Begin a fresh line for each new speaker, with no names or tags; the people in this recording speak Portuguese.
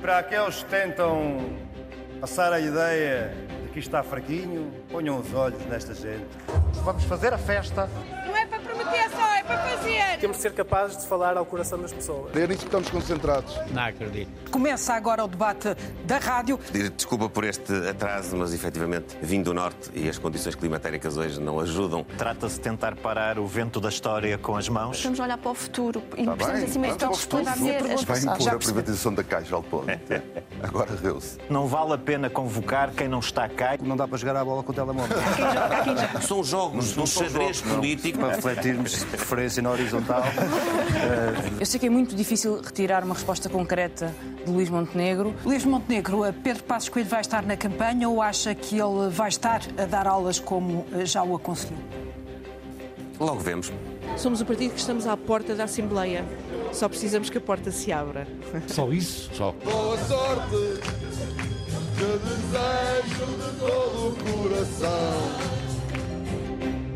Para aqueles que tentam passar a ideia de que está fraquinho, ponham os olhos nesta gente. Vamos fazer a festa.
Não é para prometer só, é para fazer.
Temos de ser capazes de falar ao coração das pessoas.
É nisso que estamos concentrados.
Não acredito.
Começa agora o debate da rádio.
Pedir Eh, desculpa por este atraso, mas efetivamente vim do norte e as condições climatéricas hoje não ajudam.
Trata-se de tentar parar o vento da história com as mãos.
Estamos a olhar para o futuro e
Está
precisamos
Tá bem,
assim mesmo
pronto,
responder à
vamos
minha
para o
pergunta.
futuro. Vem
Já
por a
percebi.
privatização da Caixa ao ponto. Agora riu-se.
Não vale a pena convocar quem não está cá.
Não dá para jogar a bola com o telemóvel. É
São jogos, um xadrez político.
para refletirmos de preferência na horizontal.
Eu sei que é muito difícil retirar uma resposta concreta de Luís Montenegro.
Luís Montenegro, eh, Pedro Passos Coelho vai estar na campanha ou acha que ele vai estar a dar aulas como eh, já o aconselhou?
Logo vemos.
Somos o partido que estamos à porta da Assembleia. Só precisamos que a porta se abra.
Só isso? Só.
Boa sorte!